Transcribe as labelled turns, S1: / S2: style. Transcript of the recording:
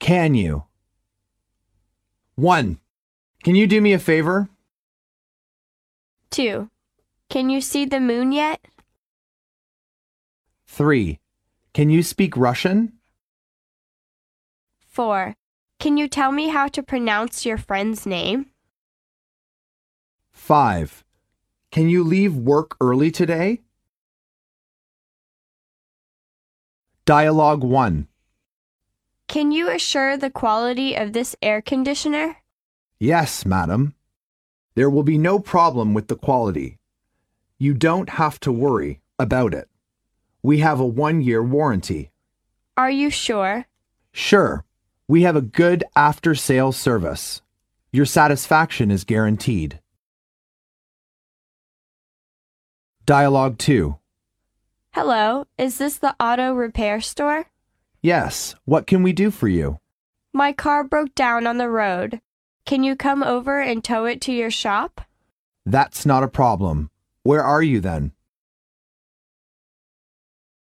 S1: Can you? One. Can you do me a favor?
S2: 2. Can you see the moon yet?
S1: Three. Can you speak Russian?
S2: 4. Can you tell me how to pronounce your friend's name?
S1: Five. Can you leave work early today? Dialogue one.
S2: Can you assure the quality of this air conditioner?
S1: Yes, madam. There will be no problem with the quality. You don't have to worry about it. We have a one year warranty.
S2: Are you sure?
S1: Sure, we have a good after sales service. Your satisfaction is guaranteed. Dialogue 2
S2: Hello, is this the auto repair store?
S1: Yes, what can we do for you?
S2: My car broke down on the road. Can you come over and tow it to your shop?
S1: That's not a problem. Where are you then?